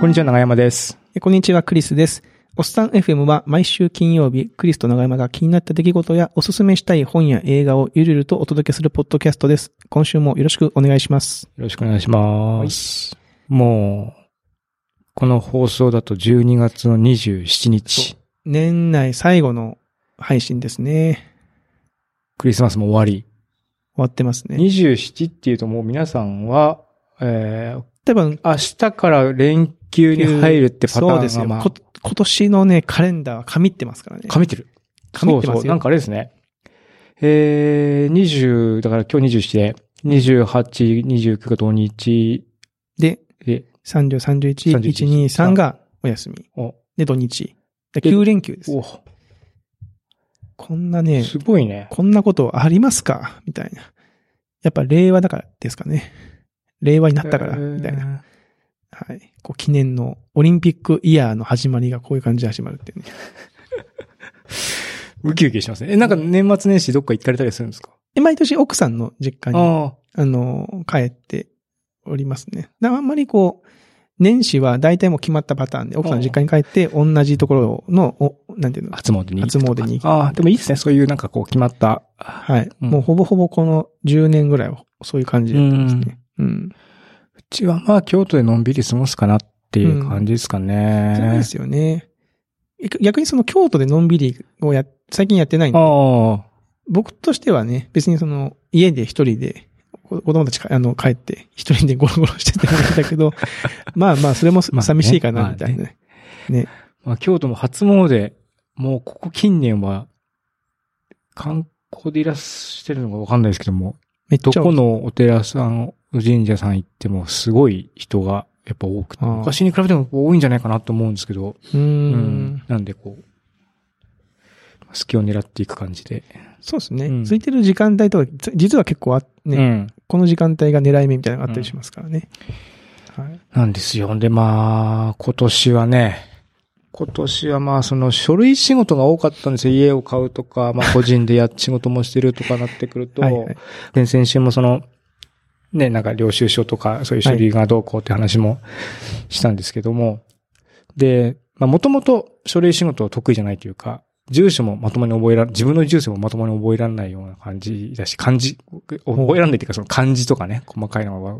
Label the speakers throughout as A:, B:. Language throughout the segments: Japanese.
A: こんにちは、長山です。
B: えこんにちは、クリスです。おっさん FM は毎週金曜日、クリスと長山が気になった出来事やおすすめしたい本や映画をゆるゆるとお届けするポッドキャストです。今週もよろしくお願いします。
A: よろしくお願いします。もう、この放送だと12月の27日、
B: 年内最後の配信ですね。
A: クリスマスも終わり。
B: 終わってますね。
A: 27っていうともう皆さんは、えー、
B: 多分、
A: 明日から連休に入るってパターンが、
B: そうですよ、
A: まあ
B: こ。今年のね、カレンダーは神ってますからね。
A: かみってる。
B: かみってますよ
A: そうそうなんかあれですね。えー、20、だから今日27で、28、29が土日
B: で、
A: で、
B: 30、
A: 31
B: 31、1、2、3がお休み。
A: お、
B: で、土日。で
A: で
B: 9連休です。
A: お、
B: こんなね、
A: すごいね。
B: こんなことありますかみたいな。やっぱ令和だからですかね。令和になったか
A: え
B: ら、
A: ー
B: みたいな。。はい。こう記念のオリンピックイヤーの始まりがこういう感じで始まるっていうね。
A: ウキウキしてますね。え、なんか年末年始どっか行かれたりするんですか
B: で毎年奥さんの実家に、あ
A: あ
B: の、帰っておりますね。だあんまりこう、年始は大体もう決まったパターンで、奥さんの実家に帰って、同じところの、お、なんていう
A: あ、
B: の、
A: 初詣に行く
B: 初詣に行く。
A: ああ、でもいいですね。そういうなんかこう決まった。う
B: はい。
A: うん
B: もうほぼほぼこの10年ぐらいは、そういう感じでやってますね。うん。
A: ちはまあ京都でのんびり過ごすかなっていう感じですか
B: そう
A: ね
B: で。すよね。え逆にその京都でのんびりをや、最近やってないんで、
A: ああ、
B: 僕としてはね、別にその家で一人で、こ子供たちかあの帰って一人でゴロゴロしててもいいんだけ ど、まあまあそれも
A: まあね
B: 寂しいかなみたいなね。
A: まあ京都も初詣、もうここ近年は観光でいらしてるのかわかんないですけども、
B: めっちゃ
A: どこのお寺さん、神社さん行ってもすごい人がやっぱ多くて、
B: ああ
A: 昔に比べても多いんじゃないかなと思うんですけど、
B: うー
A: うんん。なんでこう、隙を狙っていく感じで。
B: そうですね、
A: うん
B: 空いてる時間帯とか、つ実は結構あね、
A: うん。
B: この時間帯が狙い目みたいなのがあったりしますからね。はい。
A: なんですよ。で、まあ、今年はね、今年はまあ、その書類仕事が多かったんですよ。家を買うとか、 まあ、個人でやっ仕事もしてるとかなってくると、
B: はいはい
A: で、先週もその、ね、なんか領収書とか、そういう書類がどうこうって話もしたんですけども、で、まあ、もともと書類仕事は得意じゃないというか、住所もまともに覚えらん、自分の住所もまともに覚えられないような感じだし、漢字、覚えらんないっていうか、その漢字とかね、細かいのは、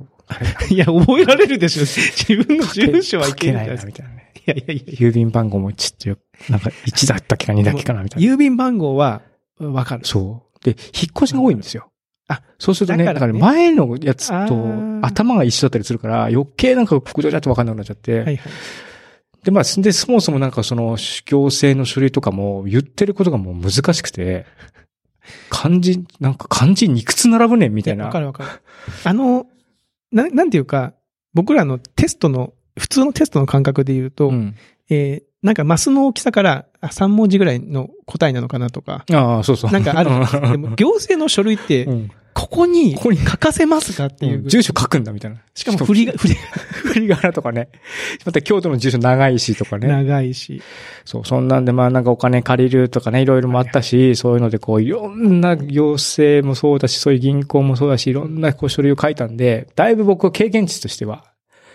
B: いや、覚えられるでしょ。自分の 住所はいけ
A: 書
B: な
A: ないいな、
B: じゃないで
A: みた
B: すか。
A: いなね。
B: いやいやいやいや。
A: 郵便番号もちょっとよ、なんか1だったっけか2だっけかなみたいな。
B: 郵便番号はわかる。
A: そう。で、引っ越しが多いんですよ。
B: あ、
A: そうするとね、
B: だ
A: だか
B: か
A: らら
B: ね
A: ね前のやつ
B: あ
A: と
B: ー
A: 頭が一緒だったりするから、余計なんかぐちゃぐちゃってわかんなくなっちゃって。
B: はいはい。
A: で、まあ、で、そもそもなんかその、行政の書類とかも、言ってることがもう難しくて、漢字、なんか漢字にいくつ並ぶねんみたい
B: や
A: な
B: わか。るわかる。あの、な、なんていうか、僕らのテストの、普通のテストの感覚で言うと、
A: うん
B: えーなんかマスの大きさからあ3文字ぐらいの答えなのかなとか、
A: ああ、そう そう。
B: なんかある。で
A: る
B: も行政の書類って、
A: うん。
B: ここに
A: ここに
B: 書かせますかっていう。
A: 住所書くんだみたいな。
B: しかも振りが、振り
A: 振り仮名とかね。また京都の住所長いしとか
B: が
A: ね。
B: 長いし。
A: そう、そんなんで、まあなんかお金借りるとかね、いろいろもあったし、そういうのでこう、いろんな行政もそうだし、そういう銀行もそうだし、いろんなこう書類を書いたんで、だいぶ僕は経験値としては、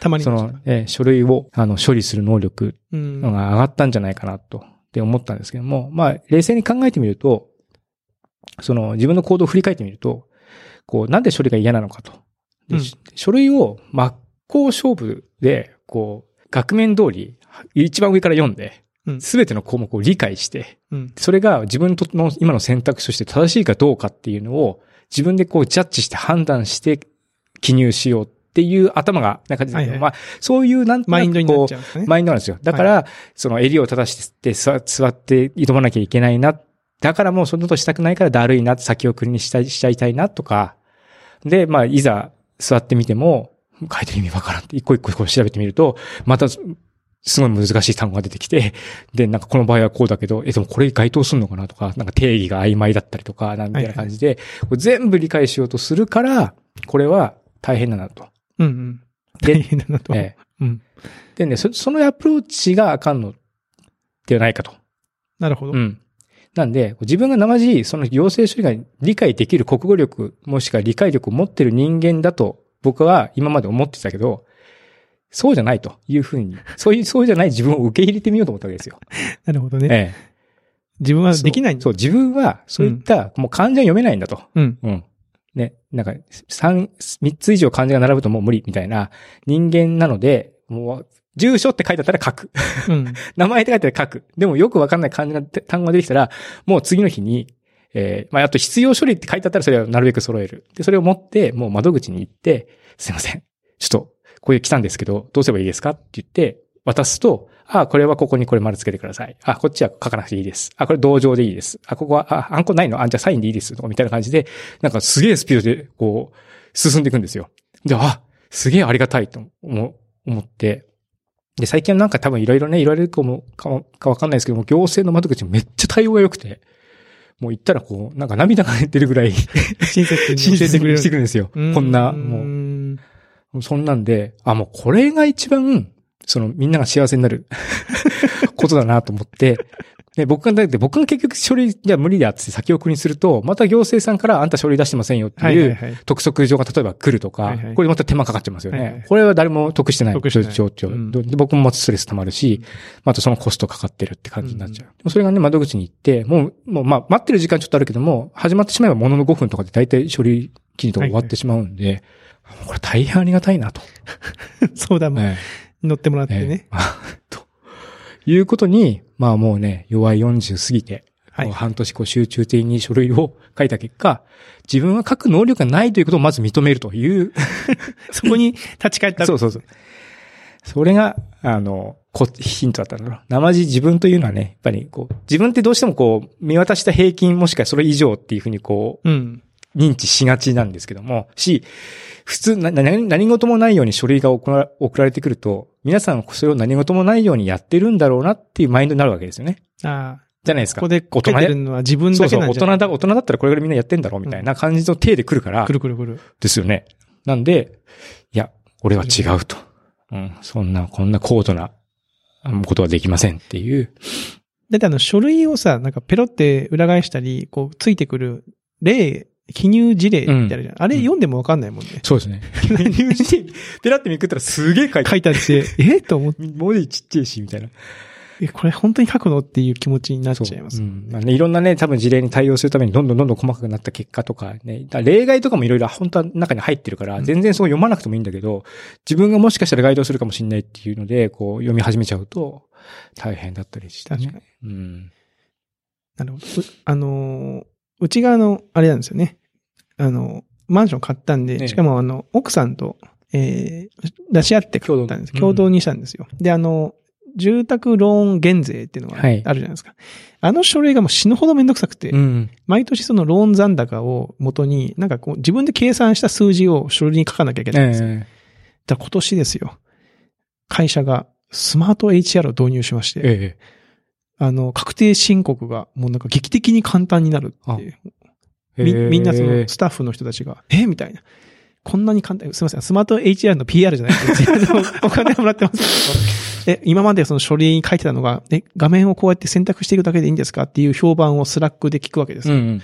B: たまり
A: そ
B: まし
A: の
B: た。、
A: えー書類を、あの、処理する能力
B: うん。
A: のが上がったんじゃないかなと、って思ったんですけども、まあ、冷静に考えてみると、その、自分の行動を振り返ってみると、こう、なんで処理が嫌なのかと。で
B: うん
A: 書類を真っ向勝負で、こう、額面通り、一番上から読んで
B: う、ん
A: すべての項目を理解して、
B: うん。
A: それが自分との今の選択肢として正しいかどうかっていうのを、自分でこうジャッジして判断して記入しようっていう頭が、なんか出てくる、
B: はいはい
A: まあ、そういうなんとな
B: マ
A: くこう
B: インドになっちゃうんですね。
A: マインドなんですよ。だから、その襟を正して座座って挑まなきゃいけないな。だからもうそんなことしたくないからだるいな、先送りにしたいしちゃいたいなとか。で、まあ、いざ座ってみても、書いてる意味わからんって、一個一個こう調べてみると、また、すごい難しい単語が出てきて、で、なんかこの場合はこうだけど、え、でもこれ該当するのかなとか、なんか定義が曖昧だったりとか、なんみたいな感じで、こう全部理解しようとするから、これは大変だなと。
B: うんうん。
A: で
B: 大変だなと。
A: ええ
B: うん。
A: でね、そそのアプローチがあかんのではないかと。
B: なるほど。
A: うん。なんで、自分が生地、その行政処理が理解できる国語力、もしくは理解力を持ってる人間だと、僕は今まで思ってたけど、そうじゃないというふうに、そういう、そうじゃない自分を受け入れてみようと思ったわけですよ。
B: なるほど ね。
A: え
B: 自分
A: え
B: はできないんだ
A: そう、自分は、そういった、もう漢字は読めないんだと。
B: うん。
A: うん。ね、なんか、三、三つ以上漢字が並ぶともう無理みたいな人間なので、もう、住所って書いてあったら書く。
B: うん。
A: 名前って書いてあったら書く。でもよくわかんない漢字が、単語が出てきたら、もう次の日に、えーまあ、あと必要処理って書いてあったらそれはなるべく揃える。で、それを持って、もう窓口に行って、すいません。ちょっと、こういう来たんですけど、どうすればいいですかって言って、渡すと、ああ、これはここにこれ丸つけてください。あ、こっちは書かなくていいです。あ、これ同情でいいです。あ、ここは、あ、アンコないのあ、じゃあサインでいいです。とかみたいな感じで、なんかすげえスピードで、こう、進んでいくんですよ。で、あ、すげえありがたいと思、思って。で、最近はなんか多分いろいろね、言われるかも、かも、かわかんないですけども、行政の窓口めっちゃ対応が良くて、もう行ったらこう、なんか涙が出るぐらい、
B: 親切に
A: 親切に
B: 教え
A: してくれるんですよ。こ
B: うん
A: な、もう、
B: ん
A: そんなんで、あ、もうこれが一番、そのみんなが幸せになる ことだなと思って、で、僕がだって、僕が結局書類じゃ無理だっつって先送りにすると、また行政さんからあんた書類出してませんよって
B: はい
A: い
B: はいうはい。
A: 督促状が例えば来るとか、
B: はいはい
A: これまた手間かかっちゃいますよね。
B: はいはい
A: これは誰も得してない
B: 得してない
A: 状況、
B: うん
A: で僕もまたストレス溜まるし、まああとそのコストかかってるって感じになっちゃう。でもそれがね、窓口に行って、もう、もうまあ待ってる時間ちょっとあるけども、始まってしまえばものの5分とかで大体処理期日とか終わってしまうんで、もうこれ大変ありがたいなと。
B: 相談も
A: え
B: 乗ってもらっ
A: え
B: てね。。
A: ええ ということに、まあもうね、弱い40過ぎて、
B: はい
A: もう半年こう集中的に書類を書いた結果、自分は書く能力がないということをまず認めるという、
B: そこに立ち返った。
A: そうそうそう。それが、あの、こヒントだったんだろう。生地自分というのはね、やっぱりこう、自分ってどうしてもこう、見渡した平均もしくはそれ以上っていうふうにこう、
B: うん。
A: 認知しがちなんですけども、し、普通、な、な何何事もないように書類が送ら送られてくると、皆さんそれを何事もないようにやってるんだろうなっていうマインドになるわけですよね。
B: ああ。
A: じゃないですか。
B: ここでこけてるのは自分
A: そう
B: だ
A: そ
B: け
A: う、
B: なん
A: 大
B: じゃ
A: 人
B: ない
A: だ、大人だったらこれぐらいみんなやってんだろうみたいな感じの体で来るから、
B: くるくるくる。
A: ですよね。なんで、いや、俺は違うと。うん、そんな、こんな高度なうんことはできませんっていう。
B: だってあの書類をさ、なんかペロって裏返したり、こうついてくる例、記入事例ってあるじゃん。あれ読んでもわかんないもんね。
A: そうですね。入試で、ペラってめくったらすげえ書いてあ
B: 書
A: る
B: いたりして、えと思って、
A: 文字ちっちゃいし、みたいな。
B: えこれ本当に書くのっていう気持ちになっちゃいます。
A: そううんまあねいろんなね、多分事例に対応するためにどんどんどんどん細かくなった結果とかね、だから例外とかもいろいろ本当は中に入ってるから、
B: うん
A: 全然そう読まなくてもいいんだけど、自分がもしかしたらガイドするかもしれないっていうので、こう読み始めちゃうと大変だったりして、
B: 確か
A: ね
B: に。。
A: うん。
B: なるほど。うあのー、うちがあの、あれなんですよね。あの、マンション買ったんで、
A: ええ
B: しかもあの、奥さんと、えー、出し合って買ったんです。
A: 共同
B: 共同にしたんですよ。で、あの、住宅ローン減税っていうのがあ
A: は
B: る
A: い
B: じゃないですか。あの書類がもう死ぬほどめんどくさくて、
A: うん。
B: 毎年そのローン残高を元に、なんかこう自分で計算した数字を書類に書かなきゃいけないんですよ。
A: え
B: だから今年ですよ。会社がスマート HR を導入しまして、
A: えええ。
B: あの、確定申告がもうなんか劇的に簡単になるっていう。み、みんなそのスタッフの人たちが、えみたいな。こんなに簡単、すみません、スマート HR の PR じゃないです。お金もらってますけど。え、今までその書類に書いてたのが、え、画面をこうやって選択していくだけでいいんですかっていう評判をスラックで聞くわけです。
A: うんうん。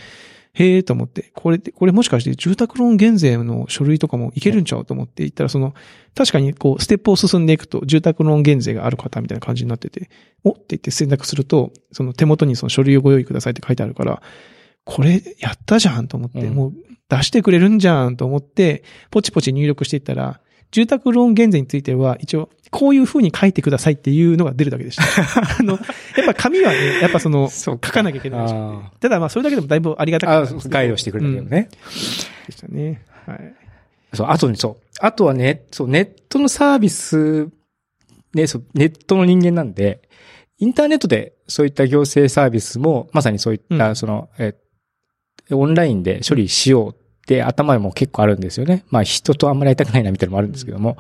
B: へえと思って、これって、これもしかして住宅ローン減税の書類とかもいけるんちゃうと思って行ったら、その、確かにこう、ステップを進んでいくと、住宅ローン減税がある方みたいな感じになってて、おって言って選択すると、その手元にその書類をご用意くださいって書いてあるから、これやったじゃんと思って、
A: うん
B: もう出してくれるんじゃんと思って、ポチポチ入力していったら、住宅ローン減税については、一応、こういう風に書いてくださいっていうのが出るだけでした。 あの、やっぱ紙はね、やっぱその、
A: そう
B: 書かなきゃいけないでしょ
A: あー
B: ただまあ、それだけでもだいぶありがたか
A: あ
B: ったんですけど
A: ガイドしてくれたけどね。
B: でしたね。はい。
A: そう、あとね、そう。あとはね、そう、ネットのサービス、ね、そう、ネットの人間なんで、インターネットでそういった行政サービスも、まさにそういっ
B: う
A: た、
B: ん
A: その、え、オンラインで処理しようって頭にも結構あるんですよね。まあ、人とあんまり会いたくないなみたいなのもあるんですけども、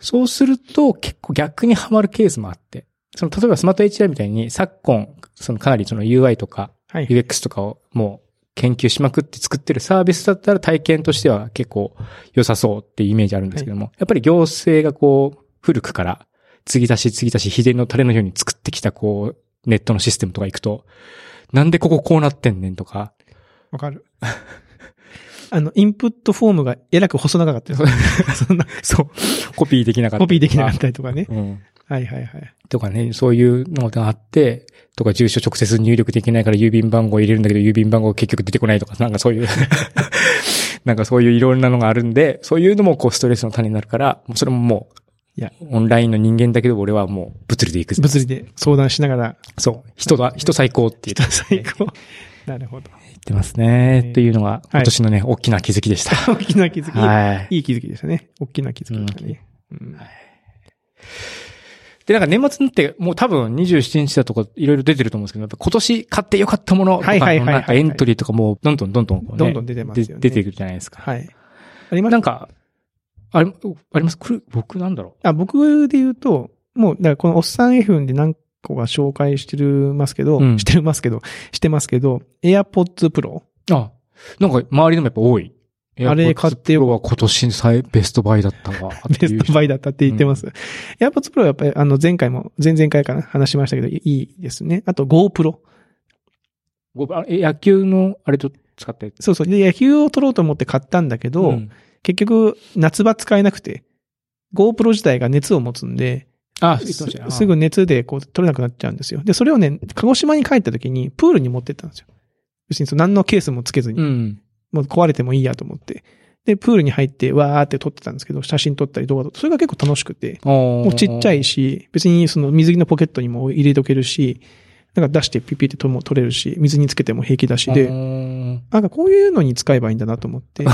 A: そうすると結構逆にはまるケースもあって、その、例えばスマート HR みたいに昨今、そのかなりその UI とか、
B: はい。
A: UX とかをもう研究しまくって作ってるサービスだったら体験としては結構良さそうっていうイメージあるんですけども、やっぱり行政がこう古くから継ぎ足し継ぎ足し秘伝のタレのように作ってきたこうネットのシステムとか行くと、なんでこここうなってんねんとか、
B: わかる。 あの、インプットフォームがえらく細長かったよ。 そんな、
A: そう。コピーできなかった。
B: コピーできなかったりとかね。
A: うん。
B: はいはいはい。
A: とかね、そういうのがあって、とか住所直接入力できないから郵便番号入れるんだけど、郵便番号結局出てこないとか、 なんかそういう、なんかそういういろんなのがあるんで、そういうのもこうストレスの種になるから、もうそれももう、
B: いや、
A: オンラインの人間だけど俺はもう物理でいくぜ。
B: 物理で相談しながら、
A: そう。人だ、人最高って言って
B: 最高。なるほど。
A: 言ってますね。というのが、今年のね、大きな気づきでした。
B: 大きな気づき。
A: はい。
B: いい気づきでしたね。大きな気づきでしたね。うん
A: で、なんか年末になって、もう多分27日だとかいろいろ出てると思うんですけど、やっぱ今年買ってよかったものとか
B: はいはいはい
A: の
B: は
A: な
B: い
A: んかエントリーとかもうどんどんどんどん、こうね
B: どんどん出てますよね
A: で出てくるじゃないですか。
B: はい。ありま
A: な
B: す
A: んか、あれ、ありますくる僕なんだろ
B: あ、僕で言うと、もう、だからこのおっさん F で何個か紹介してるますけど、
A: うん
B: してるますけど、してますけど、AirPods
A: う。
B: Pro。
A: あ、なんか周りでもやっぱ多い。
B: あれ買ってよ
A: AirPods Pro は今年最ベストバイだったわ。
B: ベスト
A: イ。
B: バイだったって言ってます。AirPods Pro はやっぱり、あの、前回も、前々回かな、話しましたけど、いいですね。あと GoPro。
A: ごあえ野球のあれと使ったやつ
B: そうそう。で、野球を撮ろうと思って買ったんだけど、
A: うん
B: 結局、夏場使えなくて、GoPro 自体が熱を持つんで、
A: あ、
B: す
A: そう
B: すぐ熱でこう取れなくなっちゃうんですよ。で、それをね、鹿児島に帰った時にプールに持ってったんですよ。別にその何のケースもつけずに
A: う。ん。
B: もう壊れてもいいやと思って。で、プールに入って、わーって撮ってたんですけど、写真撮ったり動画撮ったり、それが結構楽しくて、
A: も
B: もうちっちゃいし、別にその水着のポケットにも入れとけるし、なんか出してピッピってとも撮れるし、水につけても平気だしで、
A: で、
B: なんかこういうのに使えばいいんだなと 思って。い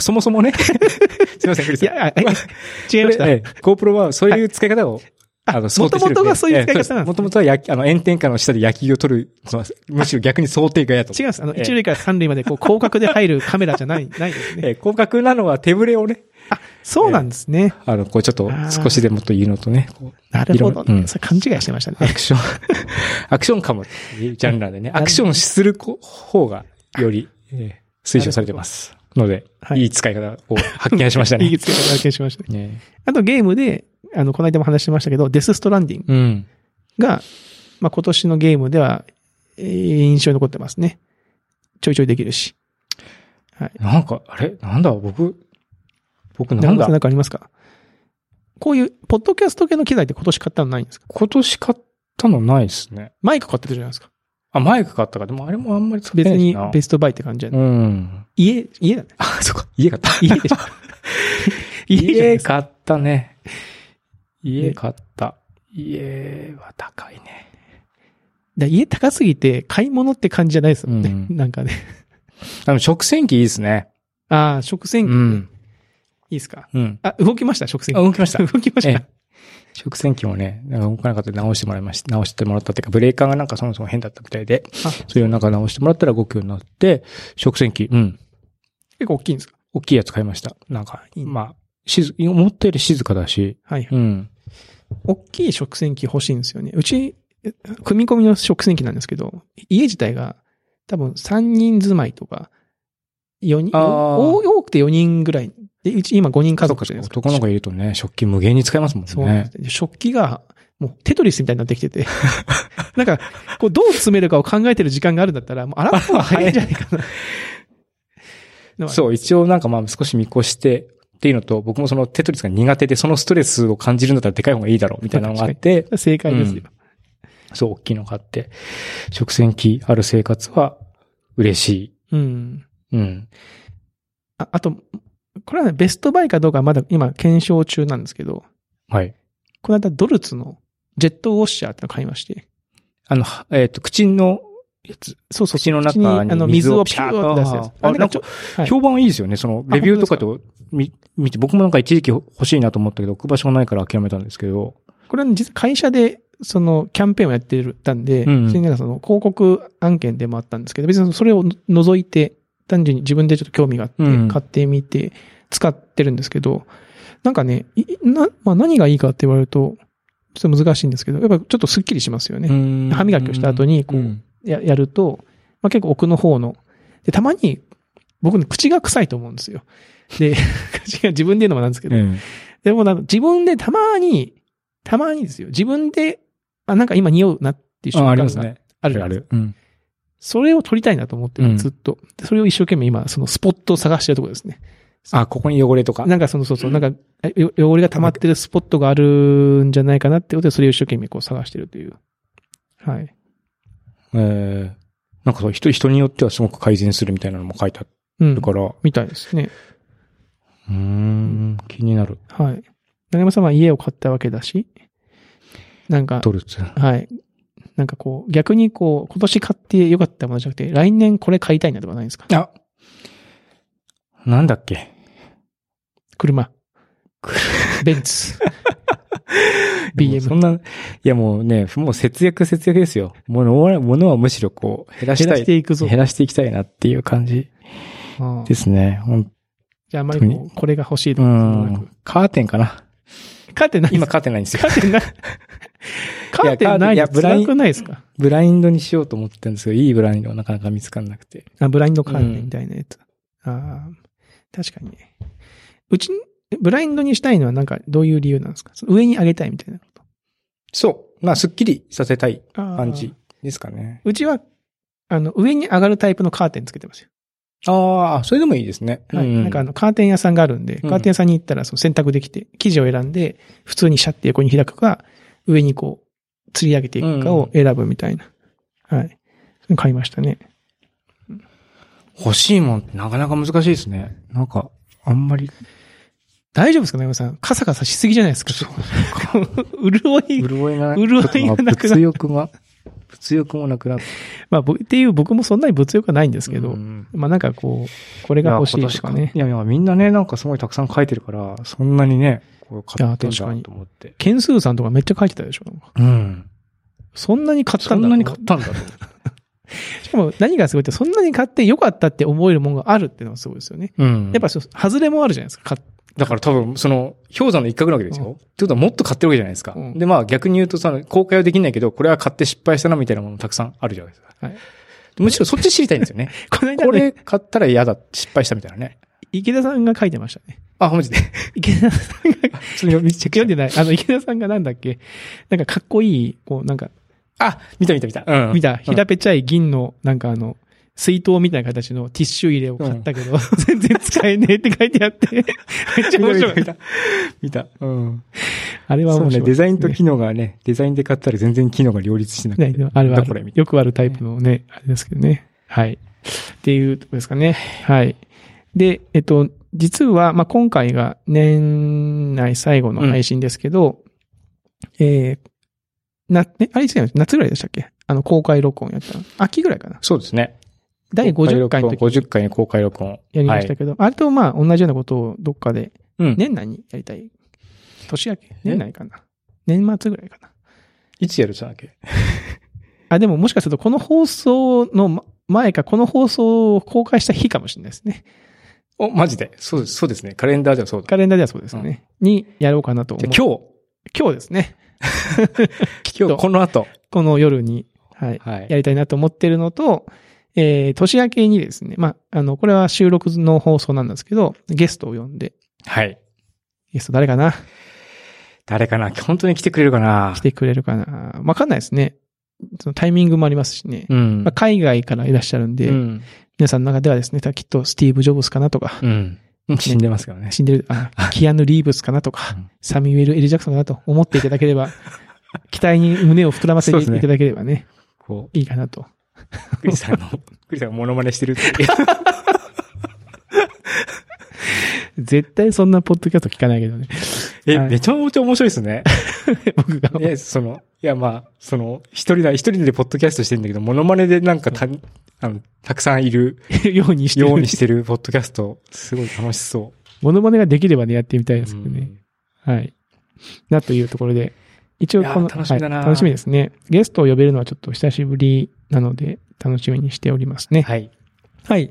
A: そもそもね、 すいません、クリスさん。
B: や、あえ違いました。
A: ええ GoPro はそういう使い方を、
B: あ、
A: の
B: もともとがそういう使い方なんで
A: も
B: す
A: と。もとはやあの炎天下の下で焼きを取る、そのむしろ逆に想定外やと。
B: 違います。あの、
A: ええ
B: 一塁から三塁までこう、広角で入るカメラじ ゃない、ないですね。
A: え広角なのは手ぶれをね、
B: そうなんですね。
A: あの、こうちょっと少しでもというのとね、こう
B: なるほど
A: いろんう。ん
B: それ勘違いしてましたね。
A: アク ション、アクションかもっていうジャンルでね、アクションするこ方がより、ええ推奨されてます。ので、
B: はい
A: い、い使い方を発見しましたね。
B: いい付け方を発見しましたね。
A: ね
B: あとゲームで、あの、この間も話してましたけど、デスストランディング
A: うん。
B: が、まあ、今年のゲームでは、えー印象に残ってますね。ちょいちょいできるし。
A: なんか、あれなんだ僕、僕な
B: 中
A: ん
B: 村
A: だ
B: さなんかありますかこういう、ポッドキャスト系の機材って今年買ったのないんですか
A: 今年買ったのないですね。
B: マイク買ってるじゃないですか。
A: あ、マイク買ったか。でもあれもあんまり使って
B: 別
A: ないし
B: に
A: な。
B: ベストバイって感じじゃない、
A: うん。
B: 家、家だね。
A: あ、そっか。家買 った。
B: 家でしょ。家じゃない
A: 家
B: ですか。
A: 買ったね。家
B: ね
A: 買った。家は高いね。
B: だ家高すぎて買い物って感じじゃないですもんね。
A: うん
B: なんかね。
A: あの、食洗機いいですね。
B: ああ、食
A: う
B: 洗機、い
A: ん。
B: いですか
A: うん。
B: あ、動きました、食洗
A: あ、
B: 機。。
A: 動きました
B: 動きました。
A: ええ 食洗機もね、なんか動かなかったら直してもらいました。直してもらったっていうか、ブレーカーがなんかそもそも変だったみたいで、
B: あ
A: それをなんか直してもらったら動くようになって、食洗機、うん。
B: 結構大きいんですか
A: 大きいやつ買いました。なんか、
B: いいね
A: まあ、静、思ったより静かだし、
B: はいはい。
A: うん。
B: 大きい食洗機欲しいんですよね。うち、え組み込みの食洗機なんですけど、家自体が多分3人住まいとか、4人、
A: あー
B: お多くて4人ぐらい。で、うち今5人家族じゃないですか。
A: 男の子いるとね、食器無限に使えますもんね。
B: そうなんですで食器が、もうテトリスみたいになってきてて。 なんか、こうどう詰めるかを考えてる時間があるんだったら、もう洗った方が早いんじゃないかな。の は
A: そう、一応なんかまあ少し見越して、っていうのと、僕もそのテトリスが苦手で、そのストレスを感じるんだったらでかい方がいいだろう、みたいなのがあって、
B: 正解ですよ。
A: そう、大きいのがあって、食洗機ある生活は嬉し
B: うん
A: い。うん。
B: ああと、これはね、ベストバイかどうかはまだ今検証中なんですけど、
A: はい。
B: この間ドルツのジェットウォッシャーっての買いまして。
A: あの、はえっ、と、口のやつ、
B: そうそう。
A: 口の
B: 口
A: 中
B: あ
A: に
B: の
A: 水
B: 水
A: を
B: を
A: ピ
B: ピ
A: ャ
B: ュ
A: ー
B: ー
A: ッ
B: ッ
A: と
B: と出すやつ。
A: あ
B: あれ
A: なんか
B: がちょはい
A: 評判いいですよね。その、レビューとかと、み、見て、僕もなんか一時期欲しいなと思ったけど、置く場所がないから諦めたんですけど、
B: これはね実は会社で、その、キャンペーンをやってるたんで、
A: うんうん
B: それになんかその、広告案件でもあったんですけど、別にそれを除いて、単純に自分でちょっと興味があって
A: うん、
B: 買ってみて、使ってるんですけど、なんかね、いいな、まあ何がいいかって言われると、ちょっと難しいんですけど、やっぱちょっとスッキリしますよね。
A: うん
B: 歯磨きをした後にこうんややると、まあ、結構奥の方の。で、たまに、僕ね、口が臭いと思うんですよ。で、 口が自分で言うのもなんですけど、
A: うん
B: でもなんか自分でたまに、たまにですよ。自分で、あ、なんか今匂うなっていう瞬
A: あ、あ
B: 間
A: り
B: が
A: ますね。
B: あるじゃ
A: あ
B: ないですか。
A: る。うん。
B: それを撮りたいなと思ってる、ずっと。でそれを一生懸命今、そのスポットを探してるところですね。
A: あ、ここに汚れとか。
B: なんかその、そうそう、なんか、よ汚れが溜まってるスポットがあるんじゃないかなってことで、それを一生懸命こう探してるという。はい。
A: えー、なんかそう、人、人によってはすごく改善するみたいなのも書いてあ
B: う
A: る
B: ん。
A: から、う
B: みたいですね。
A: ーん、気になる。
B: はい。長山さんは家を買ったわけだし、なんか、
A: ドルツ。
B: はい。なんかこう、逆にこう、今年買って良かったものじゃなくて、来年これ買いたいなとかないんですか
A: あなんだっ け
B: 車。ベ ンツ。
A: でもそ
B: BM。
A: んな、いやもうね、もう節約節約ですよ。ものは、ものはむしろこう、減らし
B: 減
A: た
B: ら
A: い。
B: していくぞ。
A: 減らしていきたいなっていう感じ
B: ああ
A: ですね。ほん
B: じゃああんまりこう、これが欲しいと
A: う
B: かそういうのなく
A: ん。カーテンかな。
B: カーテンない
A: 今
B: カ
A: カーテンないんですよ。
B: ーテンない。カーテンない
A: いや
B: の
A: ブライン
B: 辛くないですか
A: ブラインドにしようと思ってたんですけど、いいブラインドがなかなか見つからなくて。
B: あ、ブラインドカーテンみたいなやつ。ああ、確かにね。うち、ブラインドにしたいのはなんかどういう理由なんですかその上に上げたいみたいなこ
A: そう。まあ、すっきりさせたい
B: と。ああ
A: 感じ。ですかね。
B: うちは、あの、上に上がるタイプのカーテンつけてますよ。
A: ああ、それでもいいですね。
B: はい。
A: うん
B: なんかあの、カーテン屋さんがあるんで、
A: う
B: カ
A: ん
B: ーテン屋さんに行ったら、その選択できて、生地を選んで、普通にシャッて横に開くか、上にこう、釣り上げていくかを選ぶみたいな。はい。買いましたね。
A: 欲しいもんってなかなか難しいですね。なんか、あんまり、
B: 大丈夫ですか、長山さん。カサカサしすぎじゃないですか。 こう潤 い。
A: 潤いが、
B: 潤いがなくなった
A: 物欲が、物欲もなくなった
B: まあ、ぼっていう僕もそんなに物欲はないんですけど、
A: うん
B: まあなんかこう、これが欲しいとかね
A: い。や、いや、みんなね、なんかすごいたくさん書いてるから、そんなにね、こう買ってん
B: いや確か
A: だ
B: に
A: と思って。
B: ケンスーさんとかめっちゃ書いてたでしょ。
A: うん。
B: そんなに買った
A: そ
B: んだ
A: ん
B: ろ
A: な
B: う
A: に買ったんだろう。
B: しかも何がすごいって、そんなに買って良かったって思えるものがあるっていうのがすごいですよね。
A: うん
B: やっぱそう、外れもあるじゃないですか。買っ
A: だから多分、その、氷山の一角なわけですよ。ってことはもっと買ってるわけじゃないですか。
B: うん
A: で、まあ逆に言うとさ、公開はできないけど、これは買って失敗したなみたいなものたくさんあるじゃないですか。
B: はい
A: むしろそっち知りたいんですよね。
B: この間、ね、
A: これ買ったら嫌だ、失敗したみたいなね。
B: 池田さんが書いてました ね。
A: あ、マジで。
B: 池田さん が、
A: それ見チェッ
B: 読ん
A: ク
B: でない。あの、池田さんがなんだっけなんかかっこいい、こう、なんか、
A: あ、見た見た見た。うん。
B: 見た、平べっちゃい銀の、なんかあの、水筒みたいな形のティッシュ入れを買ったけど、 全然使えねえって書いて あって、めっちゃ面白い
A: 見。た。見た。見たうん。
B: あれは
A: そう
B: 面
A: ね、
B: 白い。
A: デザインと機能がね、デザインで買ったら全然機能が両立してなく
B: ね
A: て。
B: でもあれはあ
A: なんだこれ
B: る
A: みたい
B: よくあるタイプのね、あれですけどね。はい。っていうとこですかね。はい。で、えっと、実は、まあ、今回が年内最後の配信ですけど、えー、な、ね、あれいつや夏ぐらいでしたっけあの、公開録音やったの。秋ぐらいかな
A: な。。そうですね。
B: 第50回の時
A: 公開録音50回の公開録音。
B: やりましたけど、あれとまあ、同じようなことをどっかで、
A: うん。
B: 年内にやりたい。年明け年内かな。年末ぐらいかな。
A: いつやるじゃなきゃ。
B: あ、でももしかするとこの放送のま前か、この放送を公開した日かもしれないですね。
A: お、マジで。そうです、そうですね。カレンダーではそうだ。
B: カレンダーではそうですよね。にやろうかなと思
A: じゃ
B: う
A: あ。今日、
B: 今日ですね。
A: 今日この後。
B: この夜に、はい、
A: はい
B: やりたいなと思ってるのと、えー、年明けにですね、まあ、あの、これは収録の放送なんですけど、ゲストを呼んで、
A: はい。
B: ゲスト誰かな
A: 誰かな本当に来てくれるかな
B: 来てくれるかなわかんないですね。そのタイミングもありますしね。
A: うん
B: まあ、。海外からいらっしゃるんで、
A: うん。
B: 皆さんの中ではですね、きっとスティーブ・ジョブスかなとか、
A: うん。死んでますけどね。
B: 死んでる、あ、キアヌ・リーブスかなとか
A: うん、
B: サミュエル・エル・ジャクソンかなと思っていただければ、 期待に胸を膨らませて
A: そう
B: い
A: ですね
B: ただければね、
A: こ
B: いいかなと。
A: う、クリさんの、クリさんがモノマネしてるっていう
B: 絶対そんなポッドキャスト聞かないけど ね。
A: え、
B: はい
A: めちゃめちゃ面白いですね。
B: 僕が。
A: え、その、いやまあ、その、一人だ、一人でポッドキャストしてるんだけど、モノマネでなんかた、あの、たくさんいる
B: ようにして
A: よう
B: る
A: に。してるポッドキャスト、すごい楽しそ。
B: モノマネができればね、やってみたいうですけど
A: う
B: ね。
A: ん
B: はい。なというところで、一応この、
A: いやー楽しみだな
B: はい楽しみですね。ゲストを呼べるのはちょっと久しぶりなので、楽しみにしておりますね。
A: はい。
B: はい。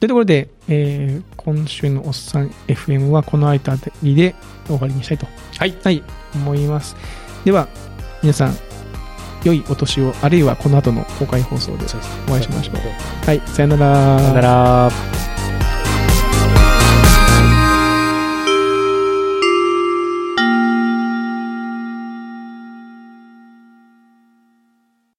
B: というところで、えー今週のおっさん FM はこのあたりで終わりにしたいと
A: はい。
B: はい、思います。では、皆さん、良いお年を、あるいはこの後の公開放送で
A: そうです
B: お会いしましょう
A: さよ
B: はい、さよなら。
A: なら。